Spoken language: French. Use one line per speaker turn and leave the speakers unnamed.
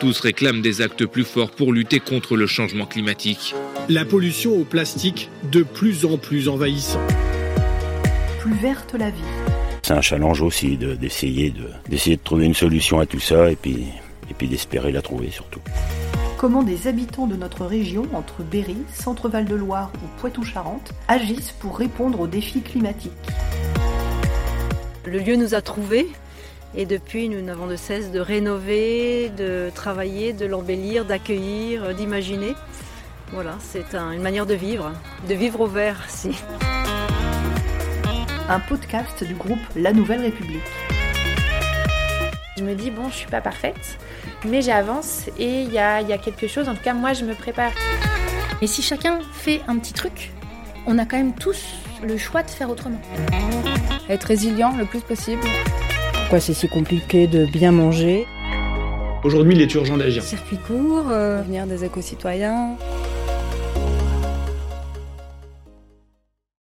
Tous réclament des actes plus forts pour lutter contre le changement climatique.
La pollution au plastique de plus en plus envahissante.
Plus verte la vie.
C'est un challenge aussi de- d'essayer de, d'essayer de trouver une solution à tout ça et puis, et puis d'espérer la trouver surtout.
Comment des habitants de notre région, entre Berry, Centre-Val de Loire ou Poitou-Charentes, agissent pour répondre aux défis climatiques.
Le lieu nous a trouvés et depuis nous n'avons de cesse de rénover, de travailler, de l'embellir, d'accueillir, euh, d'imaginer. Voilà, c'est un- une manière de vivre, de vivre au vert si.
Un podcast du groupe La Nouvelle République.
Je me dis, bon, je suis pas parfaite, mais j'avance et il y a, il y a quelque chose, en tout cas, moi, je me prépare.
Et si chacun fait un petit truc, on a quand même tous le choix de faire autrement.
être résilient le plus possible.
Pourquoi c'est si compliqué de bien manger
Aujourd'hui, il est urgent d'agir.
Circuit court, devenir des éco-citoyens.